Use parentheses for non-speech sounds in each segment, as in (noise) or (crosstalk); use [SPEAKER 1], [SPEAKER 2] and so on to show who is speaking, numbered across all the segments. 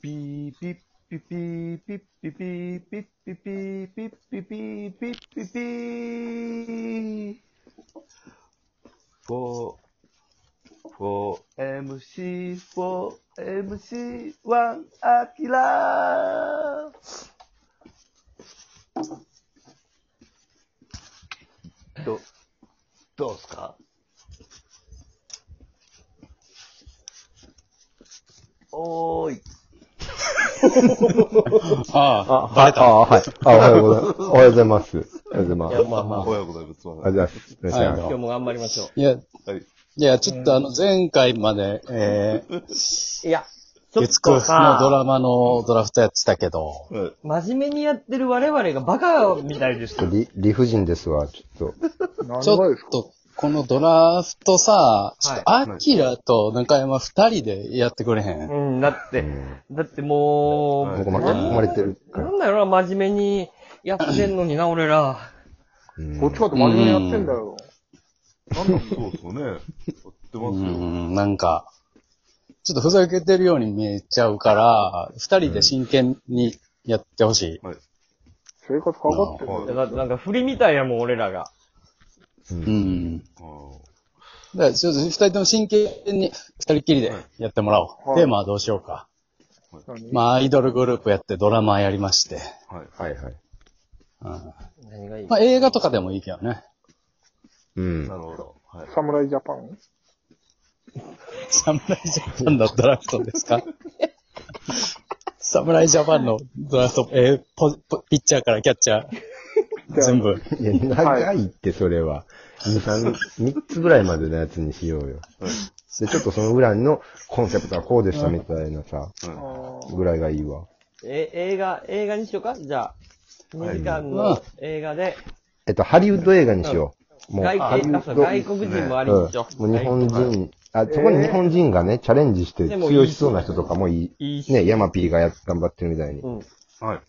[SPEAKER 1] ピーピッピピーピッピピーピッピピーピッピピーピッピピー。4 4MC、4MC、1、アキラど、どうすかおーい。
[SPEAKER 2] ああ、
[SPEAKER 3] あ、バレた。あ、はい。あ、おはようございます。おはようございます。おはようございます。
[SPEAKER 4] まあまあ、おはようございます。
[SPEAKER 3] おはようございます。お願いします。
[SPEAKER 4] 今日も頑張りましょ
[SPEAKER 2] いや、
[SPEAKER 4] はい
[SPEAKER 2] いや、ちょっとあの、前回まで、えー、
[SPEAKER 4] う。いや、ちょっ
[SPEAKER 2] 月9
[SPEAKER 4] と
[SPEAKER 2] のド
[SPEAKER 4] さ、
[SPEAKER 2] ラマのドラフトやってたけど、
[SPEAKER 4] うん真面目にやってる我々がバカみたいでし
[SPEAKER 3] ち
[SPEAKER 4] た
[SPEAKER 3] ょっ。と理理不尽ですわ、ちょっ
[SPEAKER 2] ちょっと、このドラフトさ、ちょっと、アキラと中山二人でやってくれへん。
[SPEAKER 4] うん、だっ
[SPEAKER 3] と。う
[SPEAKER 4] て、
[SPEAKER 3] ん
[SPEAKER 4] だってもう、
[SPEAKER 3] 僕巻き込まれてるか
[SPEAKER 4] な
[SPEAKER 3] ら。
[SPEAKER 4] んだろな、真面目にやってんのにな、俺ら。
[SPEAKER 3] うん
[SPEAKER 5] こっちかって真面目にやってんだよ。
[SPEAKER 6] なんだそうですよね。やって
[SPEAKER 2] う
[SPEAKER 6] ますよ。
[SPEAKER 2] ん、なんか、ちょっとふざけてるように見えちゃうから、二人で真剣にやってほしい。
[SPEAKER 5] 生活かかってる
[SPEAKER 6] は
[SPEAKER 4] だからなんか振りみたいやもん、俺らが。
[SPEAKER 2] うん。
[SPEAKER 6] いあ
[SPEAKER 2] だから、ちょっと二人とも真剣に、二人きりでやってもらおう。
[SPEAKER 5] はい
[SPEAKER 2] テーマはどうしようか。
[SPEAKER 5] 何
[SPEAKER 2] まあ、アイドルグループやってドラマやりまして。
[SPEAKER 6] ーはい。
[SPEAKER 3] はいはい。
[SPEAKER 2] うん
[SPEAKER 4] 何がいい
[SPEAKER 2] まあ、映画とかでもいいけどね。 (laughs)
[SPEAKER 3] うん
[SPEAKER 6] な。るほど。はい。
[SPEAKER 5] 侍ジャパン
[SPEAKER 2] 侍ジャパンのドラフトですか (laughs) 侍ジャパンのドラフト、えーポポピッチャーからキャッチャー、全部。
[SPEAKER 3] いや、長いって、それは。二三、三つぐらいまでのやつにしようよ。で、ちょっとその裏のコンセプトはこうでしたみたいなさ、
[SPEAKER 5] あ
[SPEAKER 6] は
[SPEAKER 5] ー
[SPEAKER 3] ぐらいがいいわ。
[SPEAKER 4] え、映画、映画にしようかじゃあ。2時間
[SPEAKER 2] うん
[SPEAKER 4] の映画で、
[SPEAKER 3] えっと、ハリウッド映画にしよう。もう、
[SPEAKER 4] 外
[SPEAKER 3] ハリウ
[SPEAKER 4] あ
[SPEAKER 3] ッ
[SPEAKER 4] そ
[SPEAKER 3] ド
[SPEAKER 4] う外国人もありにしよう。
[SPEAKER 3] うん、もう日本
[SPEAKER 4] 外国人。
[SPEAKER 3] 人、あ、そこに日本人がね、チャレンジして
[SPEAKER 4] でも
[SPEAKER 3] 強しそうな人とかもい
[SPEAKER 4] いい
[SPEAKER 3] い。
[SPEAKER 4] し
[SPEAKER 3] ね、ヤマピーがやっ頑張ってるみたいに。
[SPEAKER 4] うん。
[SPEAKER 6] い。はい。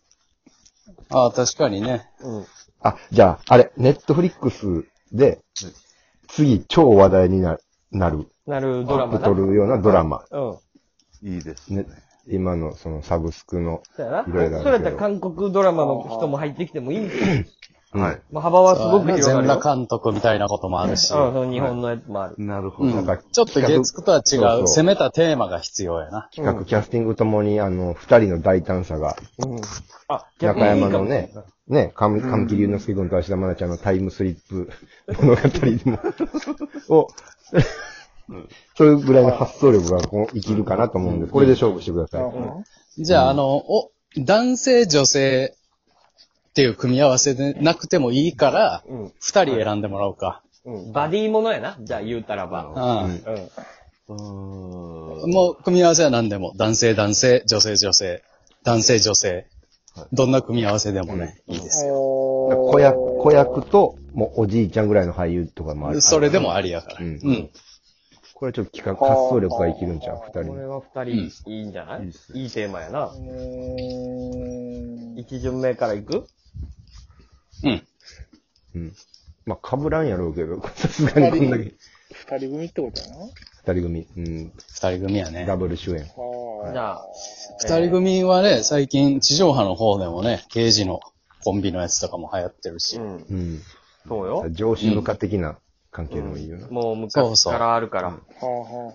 [SPEAKER 2] ああ、確かにね。
[SPEAKER 4] うん。
[SPEAKER 3] あ、じゃあ、あれ、ネットフリックスで、次、超話題になる、なる、
[SPEAKER 4] なるドラマだ。う
[SPEAKER 3] 取
[SPEAKER 4] ん。
[SPEAKER 3] るようなドラマ。
[SPEAKER 4] そ
[SPEAKER 6] いいですね
[SPEAKER 3] ね。、今のそのサブスクの、
[SPEAKER 4] うやな。
[SPEAKER 3] い
[SPEAKER 4] そ
[SPEAKER 3] ろい
[SPEAKER 4] れ
[SPEAKER 3] ろあるけど
[SPEAKER 4] やったら韓国ドラマの人も入ってきてもいいみたいな。
[SPEAKER 3] うん
[SPEAKER 6] はい。
[SPEAKER 4] まあ幅はすごく広が
[SPEAKER 2] 全
[SPEAKER 4] るよ。
[SPEAKER 2] 裸監督みたいなこともあるし。
[SPEAKER 4] うん、その日本のやつもある。
[SPEAKER 6] なるほ
[SPEAKER 2] う
[SPEAKER 6] ど。
[SPEAKER 2] ん、
[SPEAKER 3] か
[SPEAKER 2] ちょっと月9とは違う
[SPEAKER 3] そうそう
[SPEAKER 2] 攻めたテーマが必要やな。
[SPEAKER 3] 企画、キャスティングともに、あの、二人の大胆さが、
[SPEAKER 4] うん。あ、逆
[SPEAKER 3] 中
[SPEAKER 4] にいい
[SPEAKER 3] 山
[SPEAKER 4] か
[SPEAKER 3] の
[SPEAKER 4] も。
[SPEAKER 3] ね、ね、神神木隆之介君と芦田愛菜ちゃんのタイムスリップ (laughs) 物語でも、 (laughs) を、 (laughs) それぐらいの発想力がこう生きるかなと思うんで、これで勝負してくださ。
[SPEAKER 5] ないるほど。
[SPEAKER 2] じゃあ、あの、お、男性、女性っていう組み合わせでなくてもいいから、
[SPEAKER 4] うん。
[SPEAKER 2] 二人選んでもらおうか。
[SPEAKER 4] うん。バディものやな。じゃあ言うたらば。
[SPEAKER 2] うん
[SPEAKER 4] うん。
[SPEAKER 6] うーん。
[SPEAKER 2] もう組み合わせは何でも。男性、男性、女性、女性。男性、女性。どんな組み合わせでもね、いいですよ。
[SPEAKER 5] おー
[SPEAKER 3] 子役、子役と、もうおじいちゃんぐらいの俳優とかもある。
[SPEAKER 2] それでもありやから。う
[SPEAKER 3] う
[SPEAKER 2] んん。
[SPEAKER 3] これはちょっと企画、発想力が生きるんちゃう二
[SPEAKER 4] これ
[SPEAKER 3] 人。
[SPEAKER 4] は二人いいんじゃない、
[SPEAKER 6] うん
[SPEAKER 4] いいテーマやな。
[SPEAKER 5] うーん
[SPEAKER 4] 一巡目からいく
[SPEAKER 2] うん。
[SPEAKER 3] うん。まあ、被らんやろうけど、 (laughs) さすがにこんだけ。
[SPEAKER 5] 二人組ってことやな。
[SPEAKER 3] 二人組。うん。
[SPEAKER 2] 二人組やね
[SPEAKER 3] ダ。ブル主演。
[SPEAKER 5] は
[SPEAKER 4] じゃあ。
[SPEAKER 2] 二人組はね、最近地上波の方でもね、刑事のコンビのやつとかも流行ってるし。
[SPEAKER 4] うん。
[SPEAKER 3] うん。
[SPEAKER 4] そうよ。
[SPEAKER 3] 上司部下的な関係でもいいよな。
[SPEAKER 4] もう
[SPEAKER 2] そう
[SPEAKER 4] 昔
[SPEAKER 2] そう
[SPEAKER 4] からあるから。
[SPEAKER 5] あ、はあ、は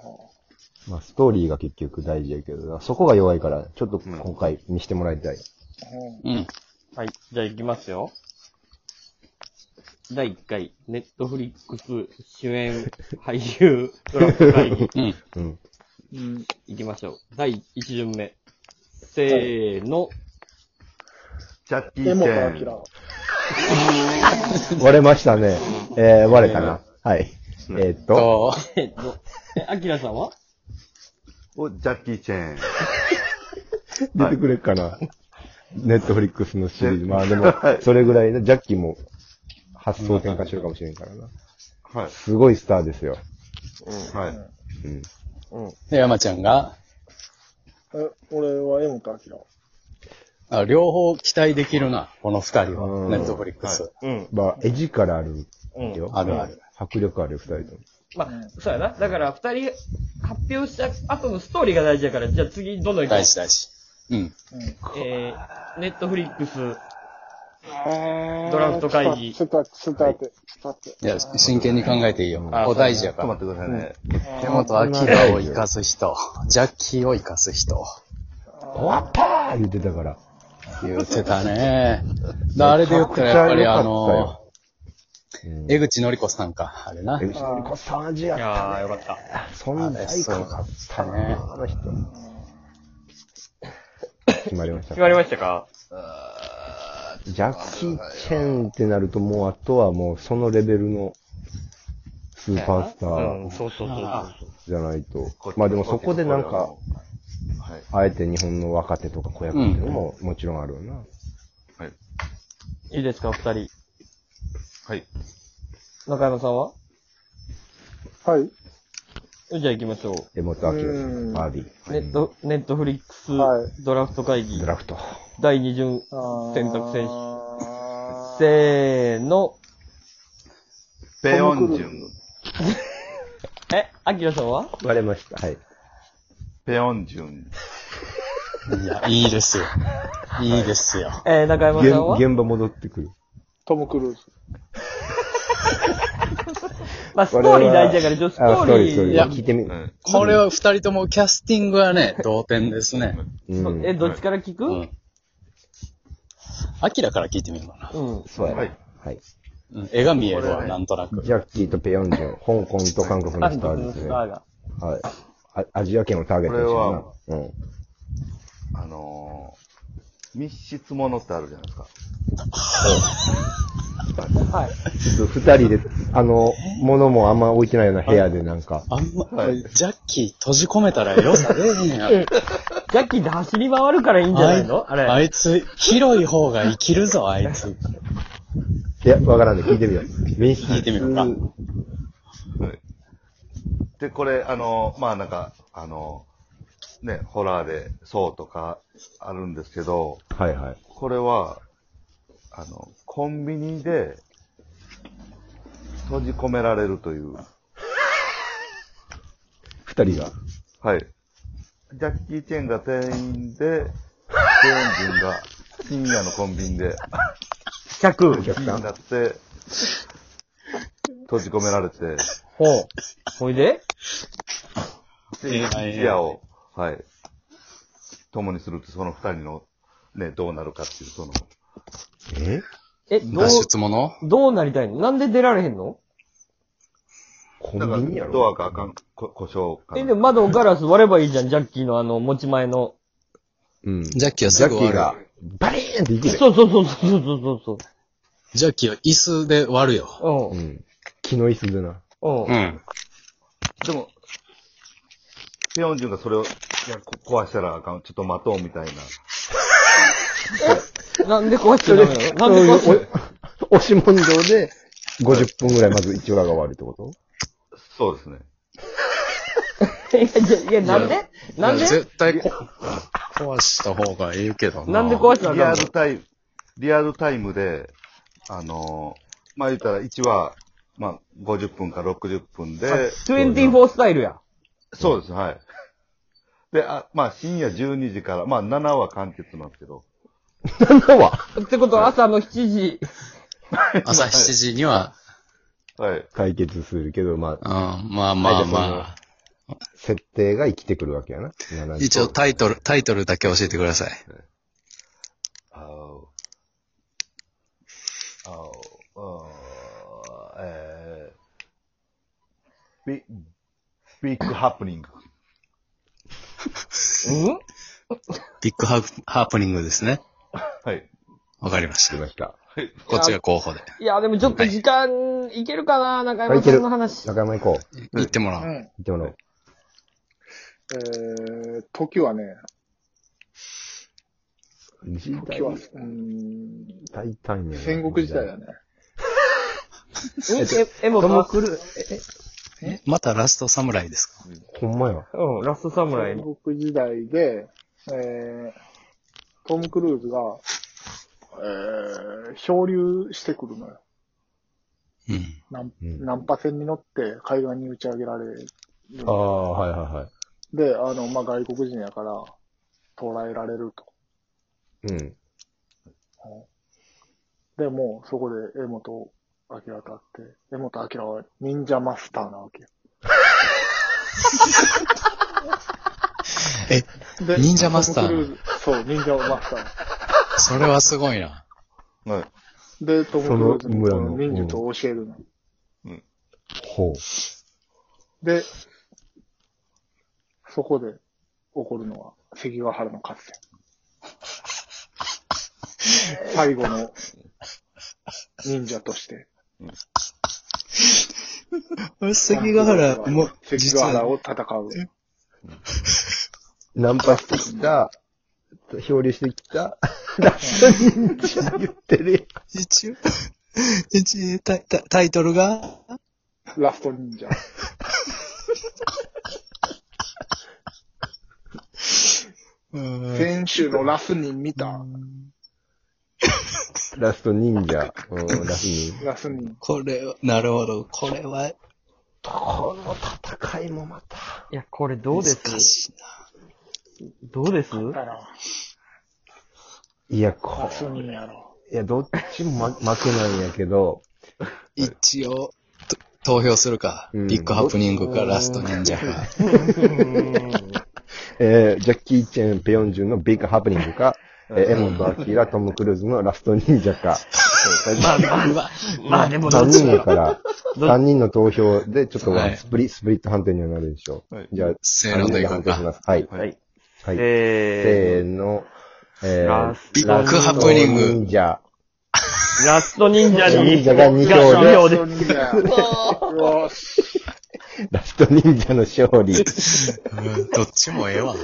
[SPEAKER 3] まあ、ストーリーが結局大事やけど、そこが弱いから、ちょっと今回見してもらいたい。
[SPEAKER 5] あ、うん。
[SPEAKER 2] うん。
[SPEAKER 4] はい。じゃあ行きますよ。第1回、ネットフリックス主演俳優ドラマ会議。
[SPEAKER 2] うん。
[SPEAKER 3] うん。
[SPEAKER 5] うん。
[SPEAKER 4] 行きましょう。第1巡目。せーの。
[SPEAKER 6] ジャッキ
[SPEAKER 5] エ
[SPEAKER 6] ー
[SPEAKER 5] モ
[SPEAKER 6] チ
[SPEAKER 5] と
[SPEAKER 6] ェ
[SPEAKER 5] アキラ。
[SPEAKER 6] ン。
[SPEAKER 3] 割れましたね。えー、割れたな。はい。えーっと、
[SPEAKER 2] と、
[SPEAKER 4] えっと、え、アキラさんは
[SPEAKER 6] お、ジャッキーチェーン。
[SPEAKER 3] 出てくれっかな。ネットフリックスのシリーズ。
[SPEAKER 6] ね
[SPEAKER 3] まあでも、それぐらいの、ジャッキーも発想転換してるかもしれんからな。
[SPEAKER 6] はい。
[SPEAKER 3] すごいスターですよ。
[SPEAKER 6] はい。
[SPEAKER 3] うん。
[SPEAKER 2] で山ちゃんが、
[SPEAKER 5] え、俺はエモとアキラ。
[SPEAKER 2] あ両方期待できるな、この二人
[SPEAKER 3] う
[SPEAKER 2] は。
[SPEAKER 3] ん
[SPEAKER 2] ネットフリックス。
[SPEAKER 4] うん。
[SPEAKER 3] まあ、絵力あるよ。
[SPEAKER 2] あるある。
[SPEAKER 3] 迫力あるよ、二人とも。
[SPEAKER 4] まあ、そうやな。だから、二人発表した後のストーリーが大事だから、じゃあ次、どんどん行こう
[SPEAKER 2] 大事大事。うん。
[SPEAKER 4] えー、ネットフリックス、
[SPEAKER 5] あ
[SPEAKER 4] ドラフト会議
[SPEAKER 5] スタッスタート、スタート。
[SPEAKER 2] いや、真剣に考えていいよ。
[SPEAKER 4] あ
[SPEAKER 2] お大事や
[SPEAKER 6] ちょ
[SPEAKER 2] か
[SPEAKER 6] っと
[SPEAKER 2] ら。
[SPEAKER 6] 待ってくださいね。
[SPEAKER 2] 手元明を生かす人、ジャッキーを生かす人、
[SPEAKER 3] 終わったー言ってたから。
[SPEAKER 2] 言ってたね。だあれで言ったらやっぱりあの、
[SPEAKER 3] うん、
[SPEAKER 2] 江口のり子さんか、あれな
[SPEAKER 3] え、。うちの子さん味や
[SPEAKER 4] い
[SPEAKER 3] っ
[SPEAKER 4] やー、よかった。
[SPEAKER 3] た。存在感があったね。あの人。決まりました
[SPEAKER 4] 決。まりましたか
[SPEAKER 3] ジャッキー・チェンってなるともうあとはもうそのレベルのスーパースタ
[SPEAKER 4] うん、
[SPEAKER 3] ー
[SPEAKER 4] そうそうそうそう。
[SPEAKER 3] じゃないと。まあでもそこでなんか、、
[SPEAKER 6] はい。
[SPEAKER 3] あえて日本の若手とか子役っていうのももちろんあるよな。
[SPEAKER 4] いいですか、お二人。
[SPEAKER 6] はい。
[SPEAKER 4] 中山さんは
[SPEAKER 5] はい。
[SPEAKER 4] じゃあ行きましょう。
[SPEAKER 3] 江本明
[SPEAKER 5] う
[SPEAKER 3] さん、
[SPEAKER 5] ん
[SPEAKER 3] バーディー。
[SPEAKER 4] ネット、ネットフリックス、
[SPEAKER 5] はい
[SPEAKER 4] ドラフト会議
[SPEAKER 3] ド、ラフト。
[SPEAKER 4] 第二巡、選択選手。せーの。
[SPEAKER 6] ペヨンジュン。
[SPEAKER 4] え、アキラさんは
[SPEAKER 3] 割れました。はい。
[SPEAKER 6] ペヨンジュン。
[SPEAKER 2] いや、いいですよ。いいですよ。
[SPEAKER 4] えー、中山
[SPEAKER 3] 現
[SPEAKER 4] さんは
[SPEAKER 3] 現場戻ってくる。
[SPEAKER 5] トム・クルーズ。
[SPEAKER 4] まあ、ストーリー大事だから、ちょっとスト
[SPEAKER 3] あ、スト
[SPEAKER 4] ー
[SPEAKER 3] ー
[SPEAKER 4] リ
[SPEAKER 3] リ
[SPEAKER 4] ー。
[SPEAKER 3] ー、ストーリ
[SPEAKER 2] いや
[SPEAKER 3] ー。聞いてみ
[SPEAKER 6] う。ん。
[SPEAKER 2] これは二人ともキャスティングはね、同点ですね。
[SPEAKER 3] う
[SPEAKER 4] そうんえ、どっちから聞く、
[SPEAKER 2] うん。アキラから聞いてみようかな。
[SPEAKER 4] うん。
[SPEAKER 3] そうやな。
[SPEAKER 6] は
[SPEAKER 3] はいい。
[SPEAKER 2] うん、絵が見える
[SPEAKER 6] これ
[SPEAKER 2] わ、
[SPEAKER 6] ね
[SPEAKER 2] なんとなく。
[SPEAKER 3] ジャッキーとペヨンジュン、香港と韓国のスターですね。
[SPEAKER 4] あ
[SPEAKER 3] はい。
[SPEAKER 4] が。
[SPEAKER 3] あアジア圏をターゲットにしてるな。うん。
[SPEAKER 6] あのー、密室ものってあるじゃないですか。
[SPEAKER 4] はい。
[SPEAKER 3] ちょっと二人で、あの、物もあんま置いてないような部屋でなんか、
[SPEAKER 2] あんま、
[SPEAKER 6] はい
[SPEAKER 2] ジャッキー閉じ込めたら良さ出えへんやろ。
[SPEAKER 4] ジャッキーって走り回るからいいんじゃないのあれ。
[SPEAKER 2] あいつ、広い方が生きる
[SPEAKER 4] (laughs)
[SPEAKER 2] ぞ、あいつ。
[SPEAKER 3] いや、わからんで聞いてみよう。民主
[SPEAKER 2] 聞いてみようか。
[SPEAKER 6] はい。で、これ、あのー、まあなんか、あのー、ね、ホラーで、そうとか、あるんですけど、
[SPEAKER 3] はいはい。
[SPEAKER 6] これは、あの、コンビニで、閉じ込められるという。
[SPEAKER 3] 二人が。
[SPEAKER 6] はい。ジャッキー・チェンが店員で、チェンジンが深夜のコンビニで、
[SPEAKER 4] 試着
[SPEAKER 3] お。客
[SPEAKER 6] に
[SPEAKER 3] さん。
[SPEAKER 6] なって、閉じ込められて、
[SPEAKER 4] ほう。ほいで
[SPEAKER 6] で、
[SPEAKER 2] ええ
[SPEAKER 6] 一夜を、はい、共にするって、その二人の、ね、どうなるかっていう、その、
[SPEAKER 3] え
[SPEAKER 4] え、どう
[SPEAKER 2] 脱、出者
[SPEAKER 4] どうなりたいのなんで出られへんの
[SPEAKER 3] コ
[SPEAKER 6] だか
[SPEAKER 3] ンビニや
[SPEAKER 6] ら、
[SPEAKER 3] ろ
[SPEAKER 6] ドアがあかん、こ故障か
[SPEAKER 4] え、
[SPEAKER 6] な
[SPEAKER 4] でも窓ガラス割ればいいじゃん、ジャッキーのあの、持ち前の。
[SPEAKER 3] うん。
[SPEAKER 2] ジャッキーは
[SPEAKER 3] ジ
[SPEAKER 2] す
[SPEAKER 3] ャッ
[SPEAKER 2] ぐ
[SPEAKER 3] キ
[SPEAKER 2] 割
[SPEAKER 3] ー
[SPEAKER 2] る。
[SPEAKER 3] が、バリーンっていける。
[SPEAKER 4] そうそうそうそうそうそうそう。
[SPEAKER 2] ジャッキーは椅子で割るよ。
[SPEAKER 4] う。
[SPEAKER 3] うんん。木の椅子でな。
[SPEAKER 4] うん。
[SPEAKER 2] うん。
[SPEAKER 6] でも、ペヨンジュンがそれを、いや、こ壊したらあかん、ちょっと待とうみたいな。
[SPEAKER 4] なんで壊しちゃダメなのなんで壊しちゃダメ
[SPEAKER 3] お押し問答で、50分ぐらいまず一話が終わるってこと
[SPEAKER 6] そうですね。
[SPEAKER 4] いや、じゃいや、なんでなん
[SPEAKER 2] いや
[SPEAKER 4] で
[SPEAKER 2] 絶対こ、壊した方がいいけどな。
[SPEAKER 4] なんで壊した
[SPEAKER 6] リア
[SPEAKER 4] ら
[SPEAKER 6] ルタイム、リアルタイムで、あのーまあ、言ったら1話、まあ、50分か60分で、
[SPEAKER 4] 24スタイルや。
[SPEAKER 6] そうです、はい。で、あ、まあ、深夜12時から、まあ、7話完結なんですけど、
[SPEAKER 3] 7話
[SPEAKER 4] ってことは朝の7時。
[SPEAKER 2] 朝7時には、
[SPEAKER 6] はい。
[SPEAKER 3] 解決するけど、ま
[SPEAKER 2] う
[SPEAKER 3] あ、
[SPEAKER 2] ん、まあまあま
[SPEAKER 3] 設定が生きてくるわけやな。
[SPEAKER 2] あ。
[SPEAKER 3] 70
[SPEAKER 2] 一応タイトル、タイトルだけ教えてください。
[SPEAKER 6] あおあおあおえー、ビ、ビッグハプニング。
[SPEAKER 4] うん
[SPEAKER 2] ビッグハーハープニングですね。
[SPEAKER 6] はい。
[SPEAKER 2] わかりまし
[SPEAKER 3] 出
[SPEAKER 2] た。
[SPEAKER 3] ました。
[SPEAKER 2] こっちが候補で。
[SPEAKER 4] いや、でもちょっと時間、いけるかな中山さんの話。
[SPEAKER 3] 中山行こう。
[SPEAKER 2] 言ってもら
[SPEAKER 5] う
[SPEAKER 2] おう。
[SPEAKER 5] ん。
[SPEAKER 3] 行ってもらおう。
[SPEAKER 5] えー、時はね、
[SPEAKER 3] 時代
[SPEAKER 5] 時は、うーん、
[SPEAKER 3] 大胆やな
[SPEAKER 5] 戦国時代だね。
[SPEAKER 4] え、え、も
[SPEAKER 3] トム・
[SPEAKER 4] か
[SPEAKER 3] クルー、え、
[SPEAKER 2] またラストサムライですか
[SPEAKER 3] えほんまや。
[SPEAKER 4] うん、ラストサムライ。
[SPEAKER 5] 戦国時代で、えー、トム・クルーズが、えー、漂流してくるのよ。
[SPEAKER 2] うん。
[SPEAKER 5] ナン
[SPEAKER 3] うん
[SPEAKER 5] ナンパ船に乗って海岸に打ち上げられる。
[SPEAKER 3] ああ、はいはいはい。
[SPEAKER 5] で、あの、まあ、外国人やから、捉えられると。
[SPEAKER 3] うん。
[SPEAKER 5] で、もうそこで江本明と会って、江本明は忍者マスターなわけよ。
[SPEAKER 2] え、
[SPEAKER 5] で
[SPEAKER 2] 忍者マスター
[SPEAKER 5] トムクルーズそう、忍者マスター。
[SPEAKER 2] それはすごいな。
[SPEAKER 6] はい。
[SPEAKER 5] で、トム・クルーズに
[SPEAKER 3] その村
[SPEAKER 5] こ
[SPEAKER 3] の
[SPEAKER 5] の忍術を教えるの。
[SPEAKER 3] ほう。
[SPEAKER 5] で、そこで起こるのは関ヶ原の合戦。最後の忍者として、
[SPEAKER 2] 関ヶ原も、
[SPEAKER 5] 関
[SPEAKER 2] 実
[SPEAKER 5] ヶ原
[SPEAKER 2] は、
[SPEAKER 5] を戦う。
[SPEAKER 3] ナンパしてきた、漂流してきた、ラッ忍者言ってるやん
[SPEAKER 2] 一応、 (laughs) 一応タイタタイトルが、
[SPEAKER 5] ラスト忍者。
[SPEAKER 2] うん
[SPEAKER 5] 先週のラス忍見た
[SPEAKER 3] ラスト忍者。うん、ラス忍。
[SPEAKER 5] ラス忍。
[SPEAKER 2] これは、なるほど、これは
[SPEAKER 3] この戦いもまた。
[SPEAKER 4] いや、これど
[SPEAKER 2] 難
[SPEAKER 4] うです
[SPEAKER 2] しいな。
[SPEAKER 4] どうです
[SPEAKER 5] だろ。
[SPEAKER 3] いや、こ
[SPEAKER 5] ラス忍やろ。
[SPEAKER 3] う。いや、どっちも負負けないんやけど、
[SPEAKER 2] 一応、と投票するか。
[SPEAKER 3] うん
[SPEAKER 2] ビッグハプニングかラスト忍者か。
[SPEAKER 3] えー、ジャッキー・チェン・ペヨンジュンのビッグハプニングか、えー、エモン
[SPEAKER 2] う
[SPEAKER 3] とアキラ、トム・クルーズのラスト忍者か、
[SPEAKER 2] まあまあまあ、まあでもど
[SPEAKER 3] 3
[SPEAKER 2] っち
[SPEAKER 3] 人
[SPEAKER 2] も
[SPEAKER 3] だから、3人の投票で、ちょっとは
[SPEAKER 2] はい
[SPEAKER 3] スプリ、スプリット判定にはなるでしょう。
[SPEAKER 6] はい
[SPEAKER 3] じゃあ、
[SPEAKER 2] せーのでいこう
[SPEAKER 3] 判定し
[SPEAKER 2] か。
[SPEAKER 3] ます。はい。
[SPEAKER 6] はい
[SPEAKER 3] はい。せ
[SPEAKER 4] え
[SPEAKER 3] ーの、え
[SPEAKER 4] ラ
[SPEAKER 3] ー、
[SPEAKER 4] ス
[SPEAKER 2] ビッグハプニング
[SPEAKER 3] 忍者。
[SPEAKER 4] ー、ラスト忍者に、
[SPEAKER 3] 忍者が二票で
[SPEAKER 4] が二
[SPEAKER 5] ラ
[SPEAKER 4] 票で
[SPEAKER 5] スト忍者や。よし。
[SPEAKER 3] ラスト忍者の勝
[SPEAKER 2] う
[SPEAKER 3] 利。
[SPEAKER 2] んどっちもええわ。